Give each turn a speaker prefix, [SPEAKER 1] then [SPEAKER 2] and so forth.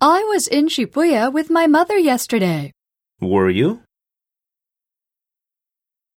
[SPEAKER 1] I was in Shibuya with my mother yesterday.
[SPEAKER 2] Were you?